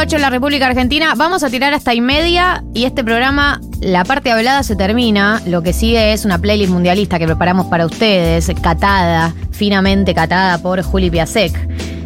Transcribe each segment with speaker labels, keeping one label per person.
Speaker 1: 8 en la República Argentina. Vamos a tirar hasta y media y este programa, la parte hablada se termina. Lo que sigue es una playlist mundialista que preparamos para ustedes, catada, finamente catada por Juli Piasek.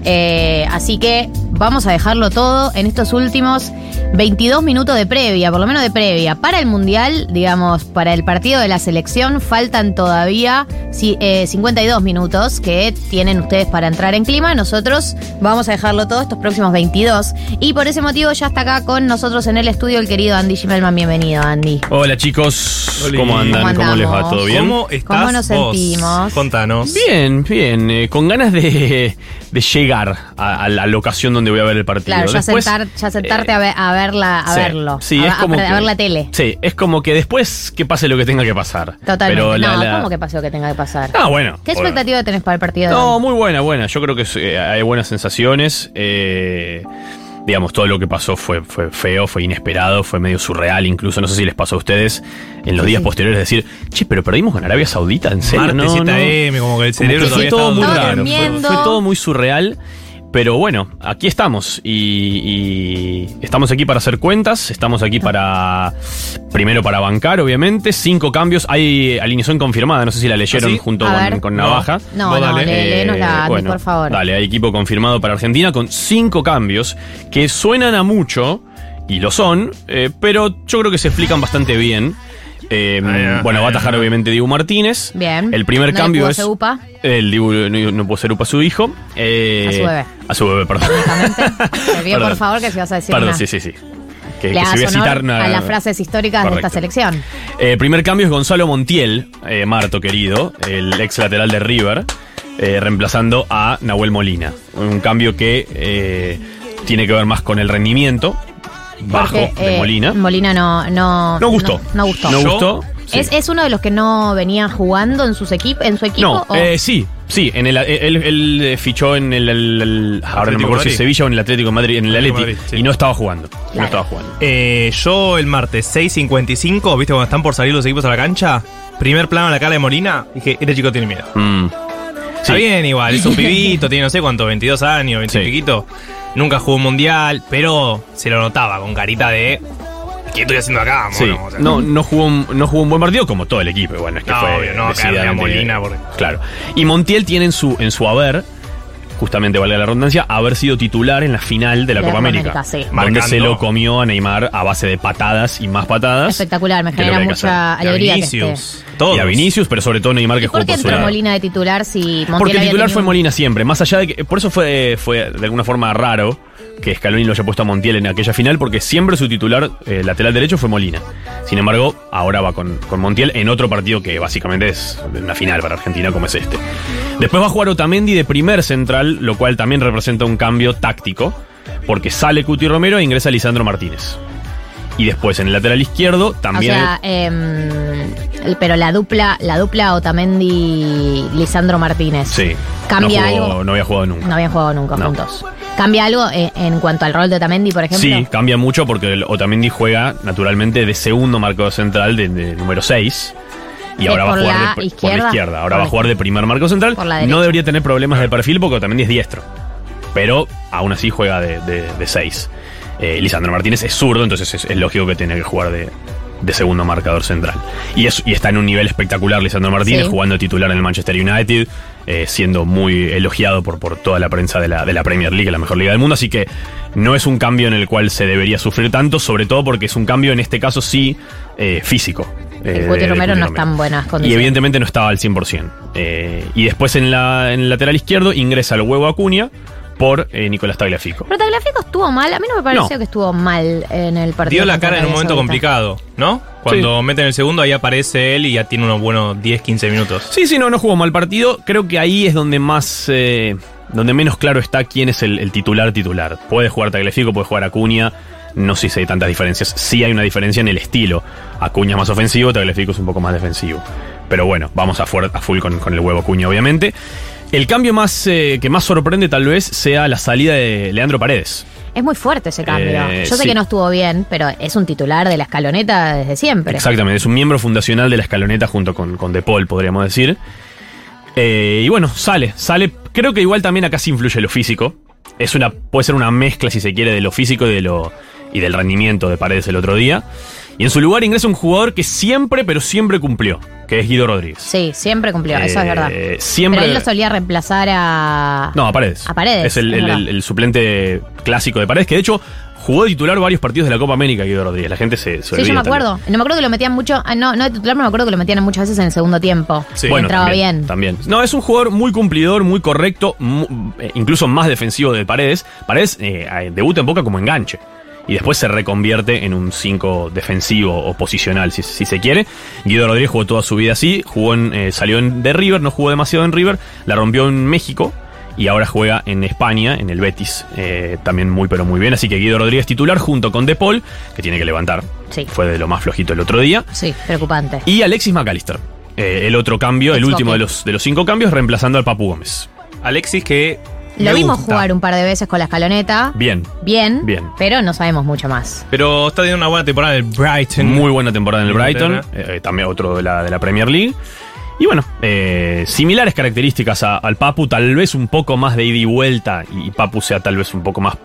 Speaker 1: Eh, así que vamos a dejarlo todo en estos últimos 22 minutos de previa, por lo menos de previa. Para el Mundial, digamos, para el partido de la selección, faltan todavía sí, eh, 52 minutos que tienen ustedes para entrar en clima. Nosotros vamos a dejarlo todo estos próximos 22. Y por ese motivo ya está acá con nosotros en el estudio el querido Andy Gimelman. Bienvenido, Andy.
Speaker 2: Hola chicos,
Speaker 3: Oli.
Speaker 2: ¿cómo andan?
Speaker 1: ¿Cómo
Speaker 2: ¿Cómo, les va?
Speaker 1: andamos?
Speaker 2: ¿Todo bien?
Speaker 3: ¿Cómo estás
Speaker 1: ¿Cómo nos
Speaker 3: vos?
Speaker 1: sentimos?
Speaker 3: Contanos.
Speaker 2: Bien, bien, eh, con ganas de, de llegar a, a la locación donde voy a ver el partido.
Speaker 1: Claro, ya,
Speaker 2: Después,
Speaker 1: sentar- ya sentarte
Speaker 2: eh,
Speaker 1: a, ver- a verla, a
Speaker 2: sí,
Speaker 1: verlo.
Speaker 2: sí,
Speaker 1: a,
Speaker 2: es
Speaker 1: a-
Speaker 2: como
Speaker 1: a
Speaker 2: que-
Speaker 1: ver la tele.
Speaker 2: Sí, es como que después que pase lo que tenga que pasar.
Speaker 1: Totalmente.
Speaker 2: Pero la-
Speaker 1: no,
Speaker 2: la-
Speaker 1: ¿cómo que pasó que tenga que pasar?
Speaker 2: Ah, bueno.
Speaker 1: ¿Qué
Speaker 2: bueno.
Speaker 1: expectativa tenés para el partido? de
Speaker 2: No,
Speaker 1: hoy?
Speaker 2: muy buena, buena. Yo creo que eh, hay buenas sensaciones. eh, digamos, todo lo que pasó fue, fue feo, fue inesperado, fue medio surreal. Incluso no sé si les pasó a ustedes en los
Speaker 1: Sí,
Speaker 2: días
Speaker 1: sí.
Speaker 2: posteriores decir, che, pero perdimos con Arabia Saudita, ¿en serio?
Speaker 3: Martes
Speaker 2: No, no.
Speaker 3: 7 AM, como que el
Speaker 2: Como
Speaker 3: cerebro
Speaker 2: que
Speaker 3: todavía
Speaker 2: fue todo
Speaker 3: está
Speaker 2: muy
Speaker 1: Estaba
Speaker 2: raro. Fue,
Speaker 1: durmiendo.
Speaker 2: fue todo muy surreal. Pero bueno, aquí estamos y, y estamos aquí para hacer cuentas, estamos
Speaker 1: Ah.
Speaker 2: aquí para, primero para bancar, obviamente, cinco cambios, hay alineación confirmada, no sé si la leyeron
Speaker 3: ¿Ah, sí?
Speaker 2: junto
Speaker 1: A
Speaker 2: con,
Speaker 1: ver.
Speaker 2: con
Speaker 3: No.
Speaker 2: Navaja.
Speaker 1: No,
Speaker 3: Vos
Speaker 1: no,
Speaker 3: dale.
Speaker 1: le-
Speaker 2: Eh,
Speaker 1: léenosla, Andy,
Speaker 2: bueno,
Speaker 1: por favor.
Speaker 2: Dale, hay equipo confirmado para Argentina con cinco cambios que suenan a mucho, y lo son, eh, pero yo creo que se explican bastante bien. Eh,
Speaker 3: Ah,
Speaker 2: bueno, va a atajar
Speaker 3: ah.
Speaker 2: obviamente Dibu Martínez.
Speaker 1: Bien.
Speaker 2: El primer
Speaker 1: No le
Speaker 2: cambio
Speaker 1: pudo
Speaker 2: es.
Speaker 1: hacer upa.
Speaker 2: El Dibu no, no pudo ser upa a su hijo. Eh,
Speaker 1: A su bebé.
Speaker 2: A su bebé, perdón.
Speaker 1: Te pido, por
Speaker 2: Perdón.
Speaker 1: favor, que si vas a decir
Speaker 2: Perdón,
Speaker 1: una-
Speaker 2: sí, sí, sí. Que,
Speaker 1: le
Speaker 2: que
Speaker 1: hagas
Speaker 2: si voy a
Speaker 1: honor
Speaker 2: citar una-
Speaker 1: a las frases históricas de
Speaker 2: Correcto.
Speaker 1: esta selección.
Speaker 2: Eh, primer cambio es Gonzalo Montiel, eh, Marto querido, el ex lateral de River, eh, reemplazando a Nahuel Molina. Un cambio que eh, tiene que ver más con el rendimiento bajo
Speaker 1: Porque,
Speaker 2: de
Speaker 1: eh,
Speaker 2: Molina.
Speaker 1: Molina no, no,
Speaker 2: No gustó.
Speaker 1: No, no gustó.
Speaker 2: No
Speaker 3: Yo-
Speaker 2: gustó. sí.
Speaker 1: ¿Es, ¿Es uno de los que no venía jugando en, sus equip- en su equipo?
Speaker 2: No,
Speaker 1: o-
Speaker 2: eh, sí, sí. En el, él, él, eh, fichó en el, el- el- ahora no me
Speaker 3: Atlético
Speaker 2: acuerdo si
Speaker 3: Madrid.
Speaker 2: Sevilla o en el Atlético de Madrid, en el
Speaker 3: Atlético
Speaker 2: Atleti,
Speaker 3: Madrid, sí.
Speaker 2: y no estaba jugando. No
Speaker 1: Claro.
Speaker 2: estaba jugando.
Speaker 3: Eh, yo el martes 6.55, viste cuando están por salir los equipos a la cancha, primer plano a la cara de Molina, dije, este chico tiene miedo.
Speaker 2: Mm. Sí.
Speaker 3: Está bien igual, es un pibito, tiene no sé cuánto, 22 años, 20 y
Speaker 2: Sí.
Speaker 3: piquito. Nunca jugó un mundial, pero se lo notaba con carita de, ¿qué estoy haciendo acá? mono?",
Speaker 2: Sí,
Speaker 3: o sea.
Speaker 2: no, no, jugó un, no jugó un buen partido como todo el equipo. Bueno, es que
Speaker 3: No,
Speaker 2: fue
Speaker 3: obvio, no,
Speaker 2: decididamente-
Speaker 3: carne a Molina, porque-
Speaker 2: Claro. Y Montiel tiene en su, en su haber, justamente valga la redundancia, haber sido titular en la final de la
Speaker 1: De
Speaker 2: Copa América.
Speaker 1: sí.
Speaker 2: Donde
Speaker 3: Marcando.
Speaker 2: se lo comió a Neymar a base de patadas y más patadas.
Speaker 1: Espectacular, me
Speaker 2: que es lo
Speaker 1: genera
Speaker 2: que hay que
Speaker 1: mucha
Speaker 3: Y a
Speaker 1: alegría. que esté.
Speaker 3: Vinicius, todos.
Speaker 2: Y a Vinicius, pero sobre todo Neymar que
Speaker 1: ¿Y
Speaker 2: jugó
Speaker 1: por qué
Speaker 2: por su
Speaker 1: entró
Speaker 2: lado.
Speaker 1: Molina de titular si Montiel
Speaker 2: Porque el
Speaker 1: había
Speaker 2: titular
Speaker 1: tenido
Speaker 2: fue
Speaker 1: un-
Speaker 2: Molina siempre, más allá de que. Por eso fue, fue de alguna forma raro que Scaloni lo haya puesto a Montiel en aquella final, porque siempre su titular eh, lateral derecho fue Molina. Sin embargo, ahora va con, con Montiel en otro partido que básicamente es una final para Argentina, como es este. Después va a jugar Otamendi de primer central, lo cual también representa un cambio táctico, porque sale Cuti Romero e ingresa Lisandro Martínez. Y después en el lateral izquierdo
Speaker 1: O
Speaker 2: también. eh.
Speaker 1: sea, em, el- pero la dupla, la dupla Otamendi Lisandro Martínez.
Speaker 2: sí.
Speaker 1: ¿Cambia
Speaker 2: no jugó-
Speaker 1: algo?
Speaker 2: No había jugado nunca.
Speaker 1: No habían jugado nunca
Speaker 2: No.
Speaker 1: juntos. ¿Cambia algo en, en cuanto al rol de Otamendi, por ejemplo?
Speaker 2: Sí, cambia mucho porque el Otamendi juega naturalmente de segundo marcador central de, de número 6. Y
Speaker 1: De
Speaker 2: ahora va a
Speaker 1: por
Speaker 2: jugar
Speaker 1: la
Speaker 2: de, por
Speaker 1: izquierda.
Speaker 2: la izquierda.
Speaker 1: Por
Speaker 2: Ahora va
Speaker 1: la
Speaker 2: a jugar de primer marcador central.
Speaker 1: Por la derecha.
Speaker 2: No debería tener problemas de perfil porque Otamendi es diestro. Pero aún así juega de 6. Lisandro Martínez es zurdo, entonces es, es lógico que tiene que jugar de, de segundo marcador central. Y, es- y está en un nivel espectacular Lisandro Martínez,
Speaker 1: Sí.
Speaker 2: jugando titular en el Manchester United, eh, siendo muy elogiado por, por toda la prensa de la, de la Premier League, la mejor liga del mundo. Así que no es un cambio en el cual se debería sufrir tanto, sobre todo porque es un cambio en este caso sí eh, físico. eh,
Speaker 1: El
Speaker 2: de-
Speaker 1: Cuti
Speaker 2: de
Speaker 1: Romero
Speaker 2: Cuti
Speaker 1: no está en buenas
Speaker 2: y
Speaker 1: condiciones.
Speaker 2: evidentemente no estaba al 100%. Eh, y después en, la, en el lateral izquierdo ingresa el huevo Acuña por eh, Nicolás Tagliafico.
Speaker 1: Pero Tagliafico estuvo mal. A mí no me pareció
Speaker 2: No.
Speaker 1: que estuvo mal en el partido.
Speaker 3: Dio la
Speaker 1: contra
Speaker 3: cara en un
Speaker 1: Arabia
Speaker 3: momento
Speaker 1: Saudita.
Speaker 3: complicado, ¿no? Cuando meten el segundo, ahí aparece él y ya tiene unos buenos 10, 15 minutos.
Speaker 2: Sí, sí, no, no jugó mal partido. Creo que ahí es donde más. eh, donde menos claro está quién es el, el titular titular. Puede jugar Tagliafico, puede jugar Acuña. No sé si hay tantas diferencias. Sí hay una diferencia en el estilo. Acuña es más ofensivo, Tagliafico es un poco más defensivo. Pero bueno, vamos a, fuer- a full con, con el huevo Acuña, obviamente. El cambio más eh, que más sorprende tal vez sea la salida de Leandro Paredes.
Speaker 1: Es muy fuerte ese cambio.
Speaker 2: Eh,
Speaker 1: Yo sé
Speaker 2: sí.
Speaker 1: que no estuvo bien, pero es un titular de la escaloneta desde siempre.
Speaker 2: Exactamente, es un miembro fundacional de la escaloneta junto con, con De Paul, podríamos decir. Eh, y bueno, sale, sale. Creo que igual también acá sí influye lo físico. es una, puede ser una mezcla, si se quiere, de lo físico y, de lo, y del rendimiento de Paredes el otro día. Y en su lugar ingresa un jugador que siempre, pero siempre cumplió, que es Guido Rodríguez.
Speaker 1: Sí, siempre cumplió, eso es
Speaker 2: Eh,
Speaker 1: verdad.
Speaker 2: siempre-
Speaker 1: Pero él lo solía reemplazar a.
Speaker 2: No, a Paredes.
Speaker 1: A Paredes,
Speaker 2: Es el,
Speaker 1: es
Speaker 2: el-
Speaker 1: verdad.
Speaker 2: el- el suplente clásico de Paredes, que de hecho jugó de titular varios partidos de la Copa América, Guido Rodríguez. La gente se, se
Speaker 1: Sí, yo
Speaker 2: olvida
Speaker 1: me
Speaker 2: también.
Speaker 1: acuerdo. No me acuerdo que lo metían mucho. ah, no, no de titular, pero me acuerdo que lo metían muchas veces en el segundo tiempo.
Speaker 3: Sí.
Speaker 1: Y
Speaker 2: Bueno,
Speaker 1: entraba
Speaker 2: también,
Speaker 1: bien.
Speaker 2: También. No, es un jugador muy cumplidor, muy correcto, mu- eh, incluso más defensivo de Paredes. Paredes eh, eh, debuta en Boca como enganche. Y después se reconvierte en un 5 defensivo o posicional, si, si se quiere. Guido Rodríguez jugó toda su vida así. Jugó en, eh, salió en- de River, no jugó demasiado en River. La rompió en México. Y ahora juega en España, en el Betis, eh, también muy pero muy bien. Así que Guido Rodríguez titular junto con De Paul, que tiene que levantar.
Speaker 1: Sí.
Speaker 2: Fue de lo más flojito el otro día.
Speaker 1: Sí, preocupante.
Speaker 2: Y Alexis McAllister. eh, el otro cambio, el
Speaker 1: Ex
Speaker 2: último
Speaker 1: Boca.
Speaker 2: de los, de los cinco cambios, reemplazando al Papu Gómez.
Speaker 3: Alexis que.
Speaker 1: Lo
Speaker 3: me
Speaker 1: vimos
Speaker 3: gusta,
Speaker 1: jugar un par de veces con la escaloneta.
Speaker 2: Bien.
Speaker 1: Bien.
Speaker 2: Bien.
Speaker 1: Pero no sabemos mucho más.
Speaker 3: Pero está teniendo una buena temporada en el Brighton.
Speaker 2: Muy buena temporada en el Brighton.
Speaker 3: Inglaterra.
Speaker 2: eh, también otro de la, de la Premier League. Y bueno, eh, similares características a- al Papu, tal vez un poco más de ida y vuelta. Y Papu sea tal vez un poco más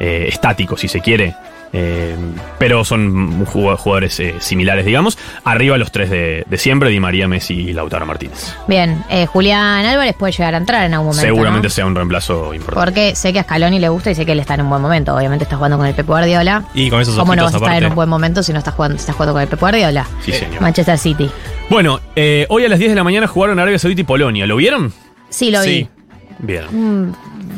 Speaker 2: eh, estático, si se quiere. eh, pero son jug- jugadores eh, similares, digamos. Arriba los tres de, de siempre, Di María, Messi y Lautaro Martínez.
Speaker 1: Bien. eh, Julián Álvarez puede llegar a entrar en algún momento.
Speaker 2: Seguramente
Speaker 1: ¿no?
Speaker 2: sea un reemplazo importante.
Speaker 1: Porque sé que a Scaloni le gusta y sé que él está en un buen momento. Obviamente está jugando con el Pep Guardiola.
Speaker 3: Y con esos
Speaker 1: ¿Cómo no
Speaker 3: ojitos
Speaker 1: vas a estar
Speaker 3: aparte.
Speaker 1: en un buen momento si no estás jugando, si estás jugando con el Pep Guardiola?
Speaker 2: Sí, señor.
Speaker 1: Manchester City.
Speaker 2: Bueno, eh, hoy a las 10 de la mañana jugaron Arabia Saudita y Polonia. ¿Lo vieron?
Speaker 1: Sí, lo
Speaker 3: Sí.
Speaker 2: Bien.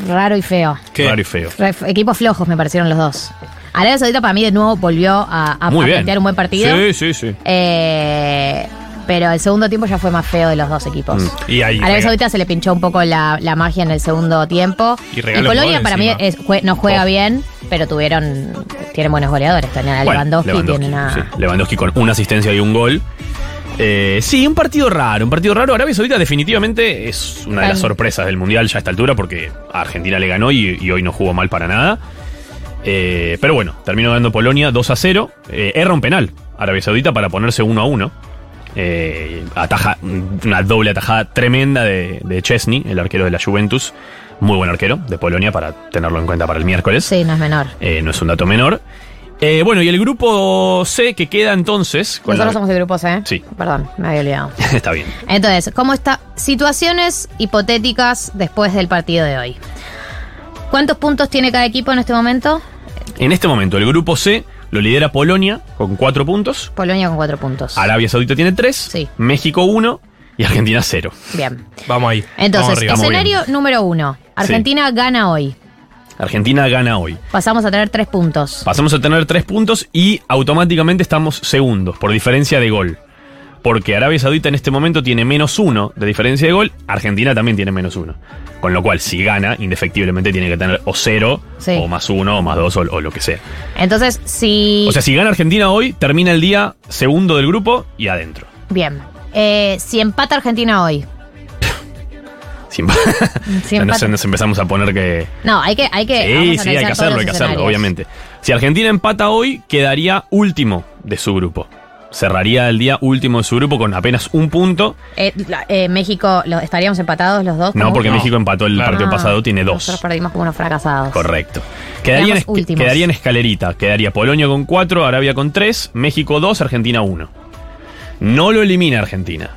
Speaker 1: vi. Raro y feo.
Speaker 3: ¿Qué?
Speaker 2: Raro y feo.
Speaker 1: Re- Equipos flojos me parecieron los dos. Arabia Saudita para mí de nuevo volvió a, a,
Speaker 2: Muy
Speaker 1: a
Speaker 2: bien.
Speaker 1: plantear un buen partido.
Speaker 2: Sí, sí, sí.
Speaker 1: Eh, pero el segundo tiempo ya fue más feo de los dos equipos.
Speaker 2: Mm.
Speaker 3: Y ahí.
Speaker 1: A Mm. Arabia
Speaker 3: rega-
Speaker 1: Saudita se le pinchó un poco la, la magia en el segundo tiempo.
Speaker 3: Y regaló un
Speaker 1: Polonia
Speaker 3: gol
Speaker 1: para mí
Speaker 3: encima.
Speaker 1: es- jue- no juega
Speaker 2: Oh.
Speaker 1: bien, pero tuvieron tienen buenos goleadores. Tienen a
Speaker 2: Bueno,
Speaker 1: Lewandowski, tienen a...
Speaker 2: sí. Lewandowski con una asistencia y un gol. Eh, sí, un partido raro, un partido raro. Arabia Saudita definitivamente es una de las
Speaker 1: Tan-
Speaker 2: sorpresas del Mundial ya a esta altura porque a Argentina le ganó y, y hoy no jugó mal para nada. Eh, pero bueno, terminó ganando Polonia 2 a 0. Eh, erra un penal Arabia Saudita para ponerse 1 a 1. Eh, ataja, una doble atajada tremenda de, de Chesney, el arquero de la Juventus. Muy buen arquero de Polonia para tenerlo en cuenta para el miércoles.
Speaker 1: Sí, no es menor.
Speaker 2: Eh, no es un dato menor. Eh, bueno, y el grupo C que queda entonces. con la-
Speaker 1: Nosotros somos de grupos, ¿eh?
Speaker 2: Sí.
Speaker 1: Perdón, me había olvidado.
Speaker 2: Está bien.
Speaker 1: Entonces, ¿cómo está? Situaciones hipotéticas después del partido de hoy. ¿Cuántos puntos tiene cada equipo en este momento?
Speaker 2: En este momento, el grupo C lo lidera Polonia con cuatro puntos.
Speaker 1: Polonia con cuatro puntos.
Speaker 2: Arabia Saudita tiene tres.
Speaker 1: Sí.
Speaker 2: México uno. Y Argentina cero.
Speaker 1: Bien.
Speaker 3: Vamos ahí. vamos
Speaker 1: Entonces,
Speaker 3: arriba.
Speaker 2: es-
Speaker 1: escenario número uno. Argentina gana hoy.
Speaker 2: Argentina gana hoy.
Speaker 1: Pasamos a tener tres puntos.
Speaker 2: Pasamos a tener tres puntos y automáticamente estamos segundos por diferencia de gol. Porque Arabia Saudita en este momento tiene menos uno de diferencia de gol. Argentina también tiene menos uno. Con lo cual, si gana, indefectiblemente tiene que tener o cero,
Speaker 1: Sí.
Speaker 2: o más uno, o más dos, o- o lo que sea.
Speaker 1: Entonces, si...
Speaker 2: O sea, si gana Argentina hoy, termina el día segundo del grupo y adentro.
Speaker 1: Bien. Eh, si empata Argentina hoy.
Speaker 2: Sin pa-
Speaker 1: Si
Speaker 2: Ya nos,
Speaker 1: empata-
Speaker 2: nos empezamos a poner que.
Speaker 1: No, hay que... Hay que vamos a
Speaker 2: Sí, sí, hay que
Speaker 1: analizar todos
Speaker 2: hacerlo,
Speaker 1: los
Speaker 2: hay que hacerlo,
Speaker 1: escenarios.
Speaker 2: obviamente. Si Argentina empata hoy, quedaría último de su grupo. Cerraría el día último de su grupo con apenas un punto.
Speaker 1: Eh, la- eh, México, lo- ¿estaríamos empatados los dos?
Speaker 2: No,
Speaker 1: ¿Cómo?
Speaker 2: porque México empató el
Speaker 3: Claro.
Speaker 2: partido
Speaker 1: Ah,
Speaker 2: pasado, tiene dos.
Speaker 1: Nosotros perdimos como unos fracasados.
Speaker 2: Correcto. Quedaría en,
Speaker 1: Quedamos
Speaker 2: esca-
Speaker 1: últimos.
Speaker 2: quedaría en escalerita. Quedaría Polonia con 4, Arabia con 3, México 2, Argentina 1. No lo elimina Argentina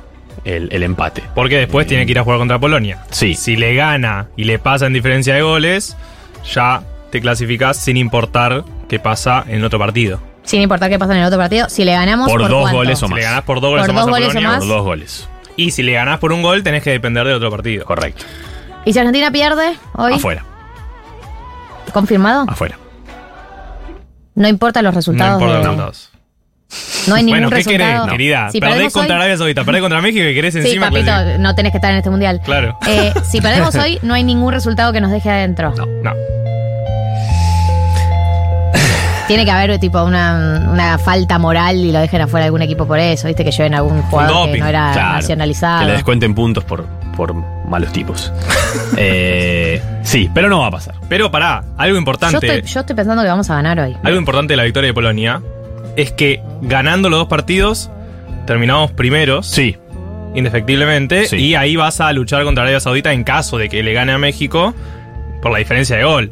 Speaker 2: el, el empate.
Speaker 3: Porque después tiene que ir a jugar contra Polonia.
Speaker 2: Sí.
Speaker 3: Si le gana y le pasa en diferencia de goles, ya te clasificás sin importar qué pasa en el otro partido.
Speaker 1: Sin importar qué pasa en el otro partido, si le ganamos
Speaker 2: Por
Speaker 1: por,
Speaker 2: dos
Speaker 1: cuánto?
Speaker 2: goles o
Speaker 3: Si
Speaker 2: Más.
Speaker 3: le ganás por dos goles
Speaker 1: Por
Speaker 3: o más
Speaker 1: dos
Speaker 3: a
Speaker 1: goles o
Speaker 3: Polonia,
Speaker 1: más.
Speaker 2: Por dos goles.
Speaker 3: y si le ganás por un gol, tenés que depender del otro partido.
Speaker 2: Correcto.
Speaker 1: ¿Y si Argentina pierde hoy?
Speaker 2: Afuera,
Speaker 1: ¿Confirmado?
Speaker 2: afuera.
Speaker 1: No importa los resultados.
Speaker 3: no importa
Speaker 1: de-
Speaker 3: los resultados.
Speaker 1: No hay ningún
Speaker 3: Bueno, ¿qué
Speaker 1: resultado.
Speaker 3: querés, querida?
Speaker 1: Si
Speaker 3: perdés
Speaker 1: perdemos
Speaker 3: contra
Speaker 1: hoy-
Speaker 3: Arabia Saudita, perdés contra México y querés
Speaker 1: Sí,
Speaker 3: encima
Speaker 1: papito,
Speaker 3: clasificar.
Speaker 1: no tenés que estar en este mundial.
Speaker 3: Claro.
Speaker 1: Eh, si perdemos hoy, no hay ningún resultado que nos deje adentro.
Speaker 3: No.
Speaker 1: Tiene que haber tipo una, una falta moral y lo dejen afuera algún equipo por eso, viste que lleven a algún jugador que
Speaker 3: doping,
Speaker 1: no era
Speaker 2: Claro. Que
Speaker 1: Ah, nacionalizado.
Speaker 2: le descuenten puntos por, por malos tipos. Eh, sí, pero no va a pasar.
Speaker 3: Pero pará, algo
Speaker 1: Yo
Speaker 3: importante.
Speaker 1: estoy, yo estoy pensando que vamos a ganar hoy.
Speaker 3: Algo importante de la victoria de Polonia es que ganando los dos partidos, terminamos primeros.
Speaker 2: Sí,
Speaker 3: indefectiblemente.
Speaker 2: Sí.
Speaker 3: Y ahí vas a luchar contra Arabia Saudita en caso de que le gane a México. por la diferencia de gol.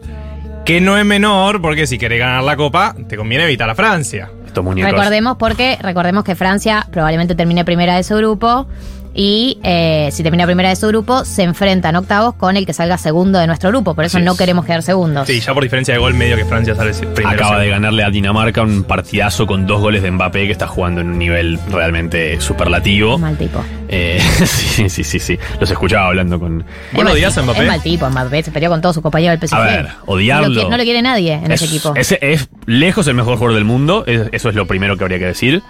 Speaker 3: Que no es menor, porque si querés ganar la copa, te conviene evitar a Francia.
Speaker 2: Estos muñecos.
Speaker 1: Recordemos porque recordemos que Francia probablemente termine primera de su grupo y eh, si termina primera de su grupo se enfrentan octavos con el que salga segundo de nuestro grupo, por eso
Speaker 3: Así
Speaker 1: no
Speaker 3: es.
Speaker 1: queremos quedar segundos.
Speaker 3: Sí, ya por diferencia de gol, medio que Francia sale primero.
Speaker 2: Acaba de
Speaker 3: segundo.
Speaker 2: ganarle a Dinamarca un partidazo con dos goles de Mbappé que está jugando en un nivel realmente superlativo.
Speaker 1: Mal tipo.
Speaker 2: Eh, sí, sí, sí, sí. Los escuchaba hablando con.
Speaker 3: ¿Vos lo
Speaker 1: Es mal
Speaker 3: odias a
Speaker 1: tipo,
Speaker 3: Mbappé?
Speaker 1: Es mal tipo, Mbappé se peleó con todos sus compañeros del PSG.
Speaker 2: A ver,
Speaker 1: No
Speaker 2: odiarlo.
Speaker 1: lo, qui- no lo quiere nadie en
Speaker 2: es,
Speaker 1: ese equipo.
Speaker 2: Es, es lejos el mejor jugador del mundo. es- eso es lo primero que habría que decir.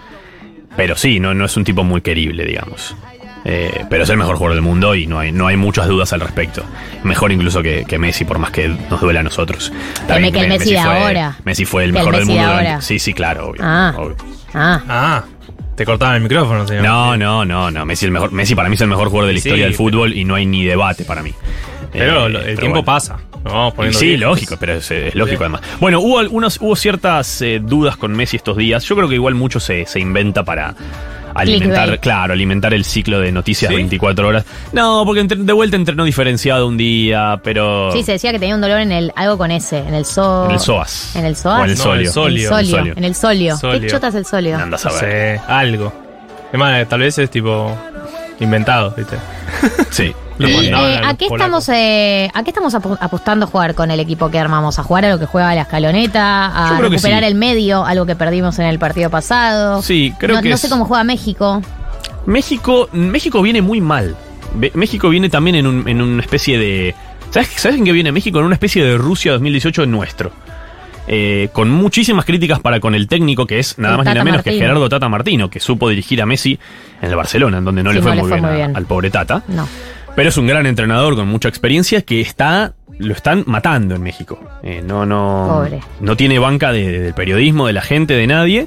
Speaker 2: Pero sí, no, no es un tipo muy querible, digamos. Eh, pero es el mejor jugador del mundo y no hay, no hay muchas dudas al respecto. Mejor incluso que, que Messi, por más que nos duela a nosotros. Está
Speaker 1: Que
Speaker 2: bien
Speaker 1: me- que el
Speaker 2: Me-
Speaker 1: Messi de
Speaker 2: fue-
Speaker 1: ahora.
Speaker 2: Messi fue el
Speaker 1: Que el
Speaker 2: mejor del
Speaker 1: Messi de
Speaker 2: mundo. durante-
Speaker 1: ahora.
Speaker 2: sí, sí, claro, obvio,
Speaker 1: Ah.
Speaker 2: obvio.
Speaker 1: Ah,
Speaker 3: Ah, te cortaban el micrófono, señor.
Speaker 2: No, no, no, no. Messi, el mejor, Messi para mí es el mejor jugador de la
Speaker 3: Sí,
Speaker 2: historia del
Speaker 3: pero-
Speaker 2: fútbol y no hay ni debate para mí.
Speaker 3: Pero
Speaker 2: Eh,
Speaker 3: lo- el
Speaker 2: pero
Speaker 3: tiempo
Speaker 2: bueno.
Speaker 3: pasa. Nos vamos
Speaker 2: Y
Speaker 3: poniendo
Speaker 2: Sí,
Speaker 3: viejos.
Speaker 2: lógico, pero es, es lógico además. Bueno, hubo algunas, hubo ciertas eh, dudas con Messi estos días. Yo creo que igual mucho se, se inventa para alimentar,
Speaker 1: Clickbait.
Speaker 2: claro, alimentar el ciclo de noticias
Speaker 3: ¿Sí?
Speaker 2: 24 horas. No, porque entre- de vuelta entrenó diferenciado un día, pero
Speaker 1: sí, se decía que tenía un dolor en el algo con ese, en el so
Speaker 2: en el SOAS.
Speaker 1: En el psoas.
Speaker 2: O en el
Speaker 1: No,
Speaker 3: en el
Speaker 2: solio.
Speaker 3: sol. solio,
Speaker 1: En el
Speaker 2: el
Speaker 1: solio.
Speaker 2: solio.
Speaker 1: En el solio. ¿Qué
Speaker 3: Solio.
Speaker 1: chota es el solio?
Speaker 2: Anda a
Speaker 3: No
Speaker 2: saber.
Speaker 3: sé, algo. Es más, tal vez es tipo inventado, ¿viste?
Speaker 2: Sí.
Speaker 3: Lo
Speaker 1: Y,
Speaker 3: mandaban
Speaker 1: eh,
Speaker 3: a los
Speaker 1: ¿a, qué
Speaker 3: polacos.
Speaker 1: estamos, eh, ¿A qué estamos apu- apostando a jugar con el equipo que armamos? ¿A jugar a lo que juega la escaloneta?
Speaker 2: Yo
Speaker 1: ¿A
Speaker 2: creo que
Speaker 1: recuperar
Speaker 2: sí.
Speaker 1: el medio? Algo que perdimos en el partido pasado.
Speaker 2: Sí, creo
Speaker 1: no,
Speaker 2: que
Speaker 1: No
Speaker 2: es-
Speaker 1: sé cómo juega México.
Speaker 2: México, México viene muy mal. Ve- México viene también en, un- en una especie de. ¿sabes, ¿Sabes en qué viene México? En una especie de Rusia 2018 nuestro. Eh, con muchísimas críticas para con el técnico que es nada
Speaker 1: El
Speaker 2: más ni
Speaker 1: Tata
Speaker 2: nada menos que
Speaker 1: Martino.
Speaker 2: Gerardo Tata Martino, que supo dirigir a Messi en el Barcelona, en donde no
Speaker 1: Sí,
Speaker 2: le fue,
Speaker 1: no
Speaker 2: muy, bien a- al pobre Tata.
Speaker 1: No.
Speaker 2: Pero es un gran entrenador con mucha experiencia que está lo están matando en México. Eh, no, no,
Speaker 1: Pobre.
Speaker 2: no tiene banca de- de- del periodismo, de la gente, de nadie.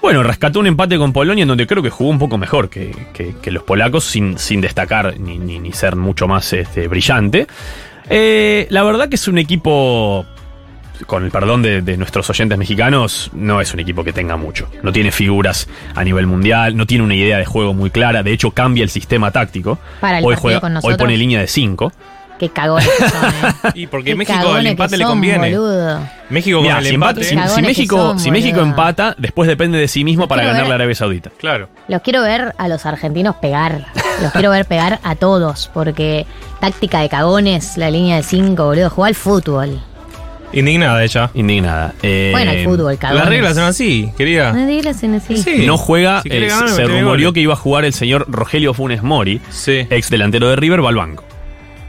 Speaker 2: Bueno, rescató un empate con Polonia en donde creo que jugó un poco mejor que, que- que los polacos sin, sin destacar ni, ni- ni ser mucho más este, brillante. Eh, la verdad que es un equipo, con el perdón de, de nuestros oyentes mexicanos, no es un equipo que tenga mucho. No tiene figuras a nivel mundial, no tiene una idea de juego muy clara. De hecho, cambia el sistema táctico.
Speaker 1: Para el
Speaker 2: hoy,
Speaker 1: partido con
Speaker 2: hoy
Speaker 1: nosotros.
Speaker 2: pone línea de 5.
Speaker 1: Qué cagones que son, eh.
Speaker 3: Y porque
Speaker 1: Qué
Speaker 3: México el
Speaker 1: cagones
Speaker 3: empate
Speaker 1: que
Speaker 3: le
Speaker 1: son,
Speaker 3: conviene.
Speaker 1: boludo.
Speaker 3: México con
Speaker 2: Mirá,
Speaker 3: el
Speaker 2: si,
Speaker 3: empate.
Speaker 2: empate- si- si
Speaker 1: Cagones que
Speaker 2: México,
Speaker 1: son,
Speaker 2: si México
Speaker 1: boludo.
Speaker 2: empata, después depende de sí mismo para
Speaker 1: Quiero
Speaker 2: ganar
Speaker 1: ver-
Speaker 2: la Arabia Saudita.
Speaker 3: Claro.
Speaker 1: Los quiero ver a los argentinos pegar. Los quiero ver pegar a todos. Porque táctica de cagones, la línea de 5, boludo. Juega al fútbol.
Speaker 3: Indignada ella.
Speaker 2: Indignada. Eh,
Speaker 1: Juegan al fútbol, cagones. Eh.
Speaker 3: Las reglas son así, querida.
Speaker 1: No digas en así.
Speaker 3: Sí.
Speaker 2: No juega,
Speaker 3: Si quiere
Speaker 2: eh,
Speaker 3: ganar,
Speaker 2: se
Speaker 3: mete
Speaker 2: rumoreó
Speaker 3: goles.
Speaker 2: que iba a jugar el señor Rogelio Funes Mori,
Speaker 3: Sí.
Speaker 2: ex delantero de River, va al banco.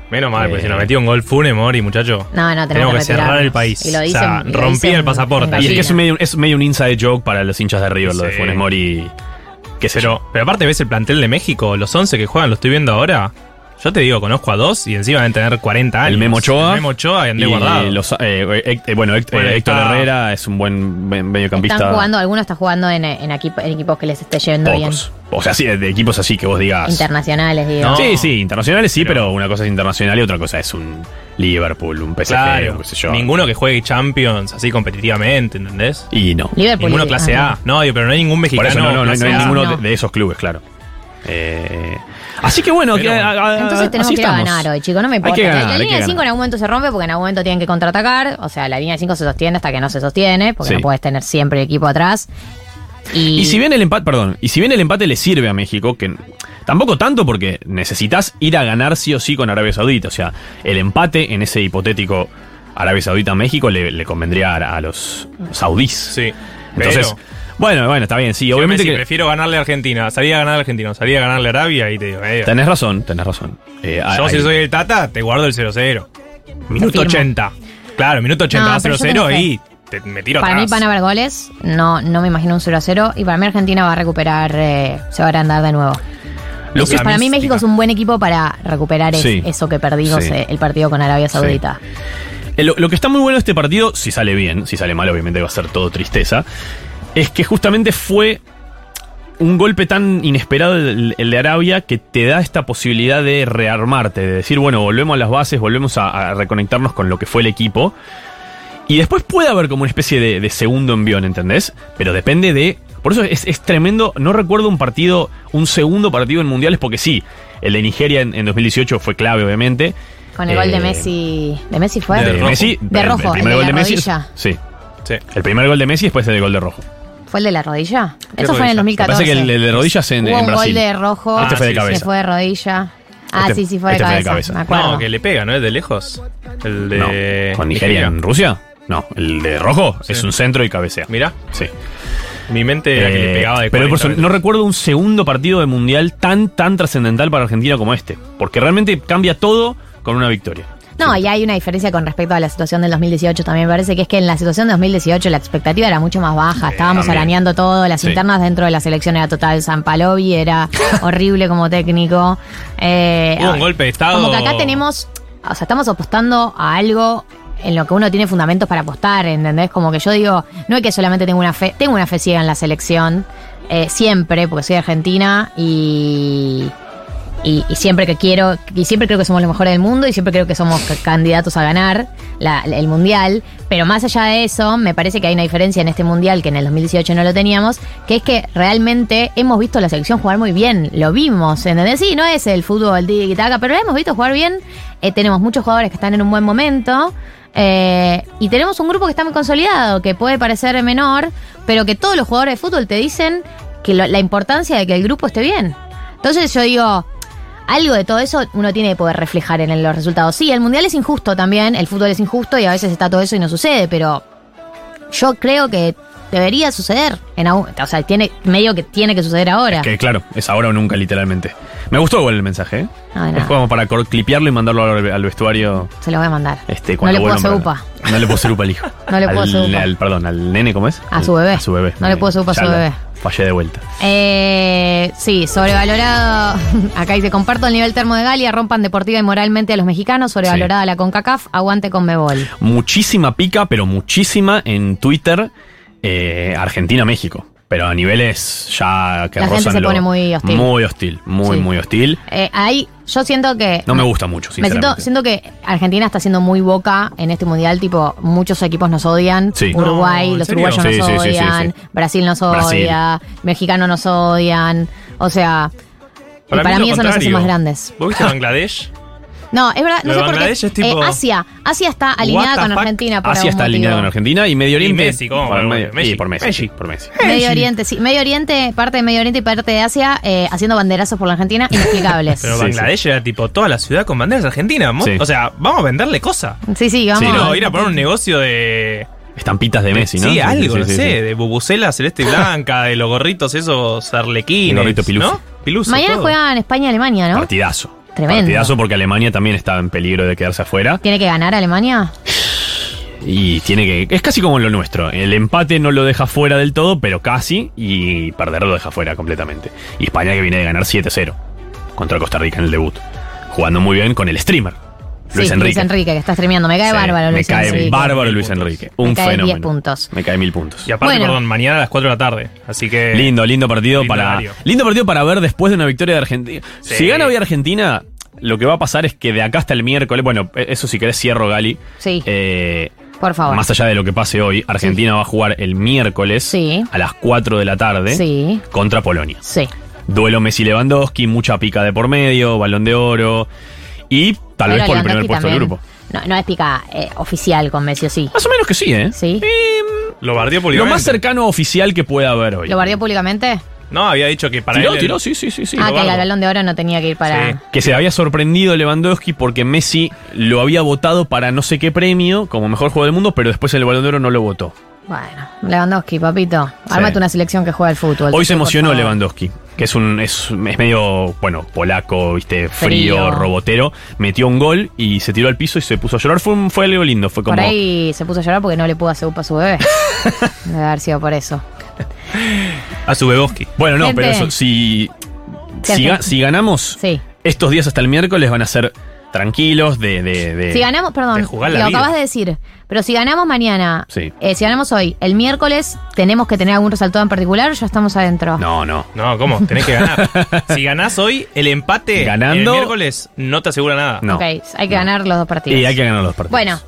Speaker 3: Menos mal, porque
Speaker 2: Eh.
Speaker 3: si nos metió un gol Funes Mori, muchacho.
Speaker 1: No, no, tenemos
Speaker 3: que,
Speaker 1: que
Speaker 3: cerrar
Speaker 1: retirarnos.
Speaker 3: el país.
Speaker 1: Y lo
Speaker 3: o sea,
Speaker 1: dicen- y lo
Speaker 3: rompía
Speaker 1: dicen
Speaker 3: el pasaporte.
Speaker 1: en
Speaker 2: Y es
Speaker 1: Imagina.
Speaker 2: que es medio, es medio un inside joke para los hinchas de River, lo de
Speaker 3: Sí.
Speaker 2: Funes Mori. Que se yo.
Speaker 3: Pero, pero aparte ves el plantel de México, los 11 que juegan, lo estoy viendo ahora. Yo te digo, conozco a dos y encima deben tener 40 años.
Speaker 2: El Memo Ochoa.
Speaker 3: El Memo Ochoa y André
Speaker 2: Y
Speaker 3: Guardado.
Speaker 2: los- eh, eh, eh, bueno, Héct-
Speaker 3: Bueno,
Speaker 2: eh, Héctor
Speaker 3: está-
Speaker 2: Herrera es un buen me- mediocampista.
Speaker 1: Están jugando, algunos están jugando en, en equipo- en equipos que les esté yendo
Speaker 2: Pocos. O sea, sí, de equipos así que vos digas.
Speaker 1: bien. Internacionales, digo.
Speaker 3: No.
Speaker 2: Sí, sí, internacionales sí, pero,
Speaker 3: Pero-
Speaker 2: una cosa es internacional y otra cosa es un Liverpool, un PSG, o
Speaker 3: claro.
Speaker 2: qué sé yo.
Speaker 3: Ninguno que juegue Champions así competitivamente, ¿entendés?
Speaker 2: Y no.
Speaker 1: Liverpool.
Speaker 3: Ninguno clase
Speaker 1: Ah,
Speaker 3: A. No, digo, pero no hay ningún
Speaker 2: Por
Speaker 3: mexicano.
Speaker 2: eso no, no, no, no
Speaker 3: clase
Speaker 2: hay
Speaker 3: A.
Speaker 2: ninguno
Speaker 1: No.
Speaker 2: de, de esos clubes, claro. Eh, así que bueno,
Speaker 3: Pero-
Speaker 2: que- a- a-
Speaker 1: Entonces tenemos
Speaker 2: Ah, así
Speaker 1: que ir a
Speaker 2: estamos.
Speaker 1: ganar hoy, chicos. No me
Speaker 2: Hay
Speaker 1: importa.
Speaker 2: que ganar,
Speaker 1: la, la
Speaker 2: hay que
Speaker 1: línea de
Speaker 2: ganar.
Speaker 1: 5 en algún momento se rompe porque en algún momento tienen que contraatacar. O sea, la línea de 5 se sostiene hasta que no se sostiene, porque
Speaker 2: Sí.
Speaker 1: no puedes tener siempre el equipo atrás. Y,
Speaker 2: Y si bien el empate, perdón, y si bien el empate le sirve a México, que tampoco tanto porque necesitas ir a ganar sí o sí con Arabia Saudita. O sea, el empate en ese hipotético Arabia Saudita-México le, le convendría a, a los saudíes.
Speaker 3: Sí.
Speaker 2: Entonces,
Speaker 3: Pero-
Speaker 2: bueno, bueno, está bien, sí,
Speaker 3: Yo
Speaker 2: obviamente
Speaker 3: Messi,
Speaker 2: que.
Speaker 3: prefiero ganarle a Argentina. Salía a ganarle a Argentina, salía a ganarle a Arabia y te digo, eh,
Speaker 2: Tenés razón, tenés razón. Eh,
Speaker 3: yo
Speaker 2: hay-
Speaker 3: si soy el Tata, te guardo el 0-0. Minuto
Speaker 1: Confirmo.
Speaker 3: 80. Claro, minuto 80
Speaker 1: No,
Speaker 3: va
Speaker 1: pero yo
Speaker 3: 0-0
Speaker 1: tengo
Speaker 3: y te, me tiro
Speaker 1: para mí
Speaker 3: atrás.
Speaker 1: van a haber goles. No, no me imagino un 0 a 0. Y para mí Argentina va a recuperar, eh, se va a andar de nuevo.
Speaker 2: Lo
Speaker 3: Sí,
Speaker 2: que-
Speaker 3: La
Speaker 1: para mí
Speaker 3: mística.
Speaker 1: México es un buen equipo para recuperar es-
Speaker 2: Sí.
Speaker 1: eso que perdimos
Speaker 2: Sí.
Speaker 1: eh, el partido con Arabia Saudita.
Speaker 2: Eh, Lo, lo que está muy bueno de este partido, si sale bien, si sale mal, obviamente va a ser todo tristeza, es que justamente fue un golpe tan inesperado el, el de Arabia que te da esta posibilidad de rearmarte, de decir, bueno, volvemos a las bases, volvemos a, a reconectarnos con lo que fue el equipo. Y después puede haber como una especie de, de segundo envión, ¿entendés? Pero depende de. Por eso es, es tremendo. No recuerdo un partido, un segundo partido en mundiales, porque sí, el de Nigeria en, en 2018 fue clave, obviamente.
Speaker 1: Con el gol de
Speaker 2: Eh,
Speaker 1: Messi. ¿De Messi fue?
Speaker 2: de
Speaker 3: De rojo.
Speaker 2: Messi.
Speaker 1: De
Speaker 2: el-
Speaker 1: rojo,
Speaker 2: El
Speaker 1: el
Speaker 2: primer
Speaker 1: de
Speaker 2: gol
Speaker 1: la
Speaker 2: de Messi.
Speaker 1: rodilla.
Speaker 2: Sí.
Speaker 3: Sí.
Speaker 2: El primer gol de Messi después el gol de rojo.
Speaker 1: ¿Fue el de la rodilla?
Speaker 3: ¿Qué
Speaker 1: Eso fue en el
Speaker 3: rodilla?
Speaker 2: Me
Speaker 1: 2014.
Speaker 2: parece que el, el de rodillas en,
Speaker 1: Hubo
Speaker 2: en
Speaker 1: un gol
Speaker 2: Brasil.
Speaker 1: de rojo.
Speaker 2: Este fue de
Speaker 1: que
Speaker 2: cabeza.
Speaker 1: fue de rodilla. Ah,
Speaker 2: Este-
Speaker 1: sí, sí, fue de
Speaker 2: este fue de
Speaker 1: cabeza.
Speaker 2: cabeza.
Speaker 1: Me acuerdo.
Speaker 3: No, que le pega, ¿no? Es de lejos. El
Speaker 2: No,
Speaker 3: de.
Speaker 2: ¿Con Nigeria, en Rusia? No, el de rojo
Speaker 3: Sí.
Speaker 2: es un centro y cabecea.
Speaker 3: Mirá,
Speaker 2: Sí.
Speaker 3: mi mente era que le
Speaker 2: Eh,
Speaker 3: pegaba de
Speaker 2: pero por
Speaker 3: 40
Speaker 2: eso, no recuerdo un segundo partido de mundial tan, tan trascendental para Argentina como este. Porque realmente cambia todo con una victoria.
Speaker 1: No, y hay una diferencia con respecto a la situación del 2018 también. Me parece que es que en la situación de 2018 la expectativa era mucho más baja. Estábamos
Speaker 2: también.
Speaker 1: arañando todo. Las
Speaker 2: Sí.
Speaker 1: internas dentro de la selección era total. San Palovi era horrible como técnico. Eh,
Speaker 3: Hubo un
Speaker 1: ah,
Speaker 3: golpe de estado.
Speaker 1: Como que acá tenemos. O sea, estamos apostando a algo en lo que uno tiene fundamentos para apostar, ¿entendés? Como que yo digo, no es que solamente tengo una fe, tengo una fe ciega en la selección, eh, siempre, porque soy argentina y, y, y siempre que quiero, y siempre creo que somos los mejores del mundo y siempre creo que somos c- candidatos a ganar la- la- el mundial. Pero más allá de eso, me parece que hay una diferencia en este mundial que en el 2018 no lo teníamos, que es que realmente hemos visto a la selección jugar muy bien. Lo vimos, ¿entendés? Sí, no es el fútbol tiki taka, pero lo hemos visto jugar bien. Eh, tenemos muchos jugadores que están en un buen momento. eh, y tenemos un grupo que está muy consolidado, que puede parecer menor, pero que todos los jugadores de fútbol te dicen que lo- la importancia de que el grupo esté bien. Entonces yo digo, algo de todo eso uno tiene que poder reflejar en el- los resultados. Sí, el mundial es injusto también, el fútbol es injusto y a veces está todo eso y no sucede, pero yo creo que debería suceder. En, algún- o sea, tiene, medio que tiene que suceder ahora.
Speaker 2: Que claro, es ahora o nunca, literalmente. Me gustó igual el mensaje, ¿eh?
Speaker 1: No, Ah, no,
Speaker 2: Es como para cor- clipearlo y mandarlo al, al vestuario.
Speaker 1: se lo voy a mandar.
Speaker 2: Este,
Speaker 1: no
Speaker 2: cuando
Speaker 1: le puedo hacer
Speaker 2: vuelvan
Speaker 1: upa
Speaker 2: para- No le puedo hacer upa al hijo.
Speaker 1: No le puedo
Speaker 2: Al-
Speaker 1: hacer upa.
Speaker 2: al- Perdón, al nene, ¿cómo es?
Speaker 1: A
Speaker 2: Al-
Speaker 1: su bebé.
Speaker 2: A su bebé.
Speaker 1: No le puedo hacer upa a su
Speaker 2: Ya lo-
Speaker 1: bebé.
Speaker 2: Fallé de vuelta.
Speaker 1: Eh, sí, sobrevalorado. Acá dice, comparto el nivel termo de Galia, rompan deportiva y moralmente a los mexicanos, sobrevalorada la CONCACAF, aguante con Mebol.
Speaker 2: Muchísima pica, pero muchísima en Twitter eh, Argentina-México. Pero a niveles ya que
Speaker 1: La gente
Speaker 2: rozan
Speaker 1: se
Speaker 2: lo-
Speaker 1: pone muy hostil.
Speaker 2: Muy hostil, muy,
Speaker 1: Sí. Ah.
Speaker 2: muy hostil.
Speaker 1: Eh, ahí yo siento que...
Speaker 2: No me gusta mucho,
Speaker 1: Me siento,
Speaker 2: sinceramente.
Speaker 1: siento que Argentina está siendo muy boca en este mundial, tipo, muchos equipos nos odian.
Speaker 2: Sí.
Speaker 1: Uruguay,
Speaker 3: No, ¿en
Speaker 1: los
Speaker 3: serio?
Speaker 1: uruguayos
Speaker 2: Sí,
Speaker 1: nos
Speaker 2: sí, sí, sí,
Speaker 1: odian,
Speaker 2: sí.
Speaker 1: Brasil nos
Speaker 2: Brasil.
Speaker 1: odia, mexicanos nos odian. O sea, y para,
Speaker 3: lo
Speaker 1: mí, eso nos hace
Speaker 3: contrario.
Speaker 1: más grandes.
Speaker 3: ¿Vos viste Bangladesh?
Speaker 1: No, es verdad, no
Speaker 3: Lo
Speaker 1: sé
Speaker 3: de
Speaker 1: por qué.
Speaker 3: Bangladesh es tipo-
Speaker 1: eh, Asia, Asia está
Speaker 3: What
Speaker 1: alineada
Speaker 3: the
Speaker 1: con
Speaker 3: fuck?
Speaker 1: Argentina por
Speaker 2: Asia
Speaker 1: algún
Speaker 2: está
Speaker 1: motivo.
Speaker 2: alineada con Argentina y Medio Oriente.
Speaker 3: Messi, ¿cómo?
Speaker 2: Por Medio-
Speaker 3: Messi.
Speaker 2: sí, por Messi.
Speaker 3: Messi.
Speaker 2: Por Messi.
Speaker 1: Medio Oriente, sí. Medio Oriente, parte de Medio Oriente y parte de Asia, eh, haciendo banderazos por la Argentina, inexplicables.
Speaker 3: Pero
Speaker 2: Sí,
Speaker 3: Bangladesh era tipo toda la ciudad con banderas argentinas. mo-
Speaker 2: Sí.
Speaker 3: O sea, vamos a venderle cosas.
Speaker 1: sí, sí, vamos.
Speaker 2: Sí,
Speaker 3: No, ir a poner un negocio de.
Speaker 2: Estampitas de Messi, ¿no?
Speaker 3: Sí, algo,
Speaker 2: sí,
Speaker 3: no
Speaker 2: sí,
Speaker 3: sé,
Speaker 2: sí.
Speaker 3: de bubucela celeste y blanca, de los gorritos esos arlequines.
Speaker 2: El gorrito Piluso.
Speaker 3: ¿no? Piluso,
Speaker 1: Mañana
Speaker 3: todo.
Speaker 1: juegan España-Alemania, ¿no?
Speaker 2: Partidazo.
Speaker 1: Tremendo.
Speaker 2: Partidazo porque Alemania también estaba en peligro de quedarse afuera.
Speaker 1: ¿Tiene que ganar Alemania?
Speaker 2: Y tiene que. Es casi como lo nuestro. El empate no lo deja fuera del todo, pero casi. Y perder lo deja fuera completamente. Y España que viene de ganar 7-0 contra Costa Rica en el debut. Jugando muy bien con el streamer. Luis
Speaker 1: sí,
Speaker 2: Enrique.
Speaker 1: Luis Enrique, que está streameando. Me cae
Speaker 2: Sí,
Speaker 1: bárbaro
Speaker 2: me
Speaker 1: Luis
Speaker 2: cae
Speaker 1: Enrique.
Speaker 2: bárbaro Luis
Speaker 3: Puntos.
Speaker 2: Enrique. Un
Speaker 1: Me cae 10
Speaker 2: fenómeno.
Speaker 1: puntos.
Speaker 2: Me cae mil puntos.
Speaker 3: Y aparte,
Speaker 1: Bueno.
Speaker 3: perdón, mañana a las 4 de la tarde. Así que.
Speaker 2: Lindo, lindo partido
Speaker 3: Lindo
Speaker 2: para.
Speaker 3: horario.
Speaker 2: Lindo partido para ver después de una victoria de Argentina.
Speaker 3: Sí.
Speaker 2: Si gana hoy Argentina, lo que va a pasar es que de acá hasta el miércoles, bueno, e-, eso si querés cierro, Gali.
Speaker 1: Sí,
Speaker 2: Eh,
Speaker 1: por favor.
Speaker 2: Más allá de lo que pase hoy, Argentina va a jugar el miércoles
Speaker 1: Sí.
Speaker 2: a las 4 de la tarde
Speaker 1: Sí,
Speaker 2: contra Polonia.
Speaker 1: sí.
Speaker 2: Duelo Messi-Lewandowski, mucha pica de por medio, balón de oro y tal
Speaker 1: Pero
Speaker 2: vez por
Speaker 1: Lewandowski
Speaker 2: el primer puesto del
Speaker 1: también.
Speaker 2: grupo.
Speaker 1: No, no es pica eh, oficial con Messi, ¿o sí?
Speaker 2: Más o menos que sí, ¿eh?
Speaker 1: Sí.
Speaker 2: Eh,
Speaker 3: Lo bardeó
Speaker 2: lo
Speaker 3: públicamente.
Speaker 2: más cercano oficial que pueda haber hoy.
Speaker 1: ¿Lo bardeó públicamente?
Speaker 3: No, había dicho que para
Speaker 2: Tiró,
Speaker 3: él.
Speaker 2: tiró, sí, sí, sí. sí
Speaker 1: ah,
Speaker 2: lo
Speaker 1: que el
Speaker 2: bardo.
Speaker 1: balón de oro no tenía que ir para...
Speaker 3: Sí.
Speaker 2: que se había sorprendido Lewandowski porque Messi lo había votado para no sé qué premio como mejor jugador del mundo, pero después en el Balón de Oro no lo votó.
Speaker 1: Bueno, Lewandowski, papito. Ármate una selección que juega al fútbol.
Speaker 2: Hoy se
Speaker 1: por
Speaker 2: emocionó
Speaker 1: favor.
Speaker 2: Lewandowski, que es un es, es medio, bueno, polaco, viste, frío,
Speaker 1: Frío.
Speaker 2: robotero, metió un gol y se tiró al piso y se puso a llorar. Fue, un- fue algo lindo, fue como
Speaker 1: Por ahí se puso a llorar porque no le pudo hacer upa a su bebé. Debe haber sido por eso.
Speaker 3: A su Beboski.
Speaker 2: Bueno, no,
Speaker 1: Gente.
Speaker 2: pero eso,
Speaker 1: Sí,
Speaker 2: si si, ga-
Speaker 1: Argentina.
Speaker 2: si ganamos
Speaker 1: Sí.
Speaker 2: estos días hasta el miércoles van a ser tranquilos de, de- Eh, de-
Speaker 1: Si ganamos, perdón,
Speaker 3: de
Speaker 1: lo
Speaker 3: jugar la vida.
Speaker 1: acabas de decir, pero si ganamos mañana,
Speaker 2: Sí.
Speaker 1: eh, si ganamos hoy, el miércoles, ¿tenemos que tener algún resultado en particular o ya estamos adentro?
Speaker 2: No, no.
Speaker 3: No, ¿cómo? Tenés que ganar. si ganás hoy, el empate
Speaker 2: Ganando-
Speaker 3: el miércoles no te asegura nada.
Speaker 2: No.
Speaker 1: Ok, hay que ganar los dos partidos.
Speaker 2: Y hay que ganar los partidos.
Speaker 1: Bueno,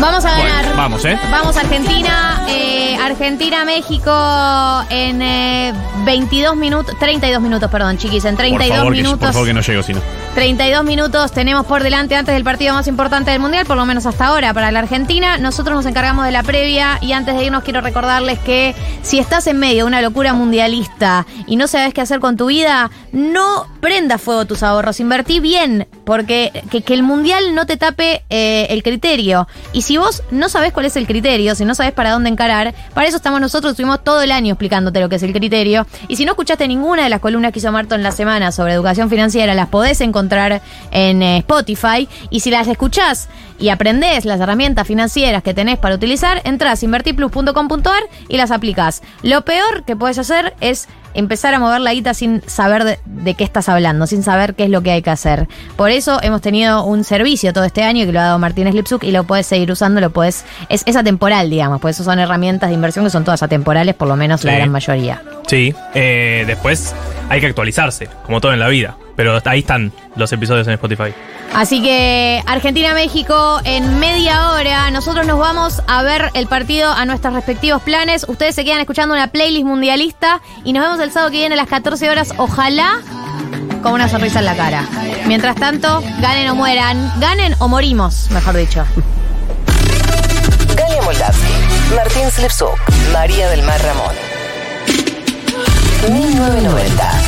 Speaker 1: Vamos a
Speaker 2: Bueno,
Speaker 1: ganar.
Speaker 2: vamos, ¿eh?
Speaker 1: Vamos a Argentina. eh, Argentina-México en eh, 22 minutos. 32 minutos, perdón, chiquis. En 32
Speaker 2: por favor, que,
Speaker 1: minutos.
Speaker 2: por favor que no llego, si no.
Speaker 1: 32 minutos tenemos por delante antes del partido más importante del Mundial, por lo menos hasta ahora para la Argentina. Nosotros nos encargamos de la previa y antes de irnos quiero recordarles que si estás en medio de una locura mundialista y no sabes qué hacer con tu vida, no prenda fuego tus ahorros, invertí bien, porque que, que el Mundial no te tape eh, el criterio. Y si vos no sabés cuál es el criterio, si no sabés para dónde encarar, para eso estamos nosotros, estuvimos todo el año explicándote lo que es el criterio. Y si no escuchaste ninguna de las columnas que hizo Marto en la semana sobre educación financiera, las podés encontrar en eh, Spotify. Y si las escuchás y aprendés las herramientas financieras que tenés para utilizar, entras a invertiplus.com.ar y las aplicás. Lo peor que podés hacer es empezar a mover la guita sin saber de, de qué estás hablando, sin saber qué es lo que hay que hacer. Por eso hemos tenido un servicio todo este año que lo ha dado Martínez Lipsuk y lo puedes seguir usando, lo puedes es, es atemporal, digamos, por eso son herramientas de inversión que son todas atemporales, por lo menos la
Speaker 3: Sí.
Speaker 1: gran mayoría.
Speaker 3: Sí, eh, después hay que actualizarse, como todo en la vida. Pero ahí están los episodios en Spotify.
Speaker 1: Así que Argentina-México en media hora. Nosotros nos vamos a ver el partido a nuestros respectivos planes. Ustedes se quedan escuchando una playlist mundialista y nos vemos el sábado que viene a las 14 horas. Ojalá con una sonrisa en la cara. Mientras tanto, ganen o mueran. Ganen o morimos, mejor dicho.
Speaker 4: Galia Moldavsky, Martín Slipsuk, María del Mar Ramón. 1990.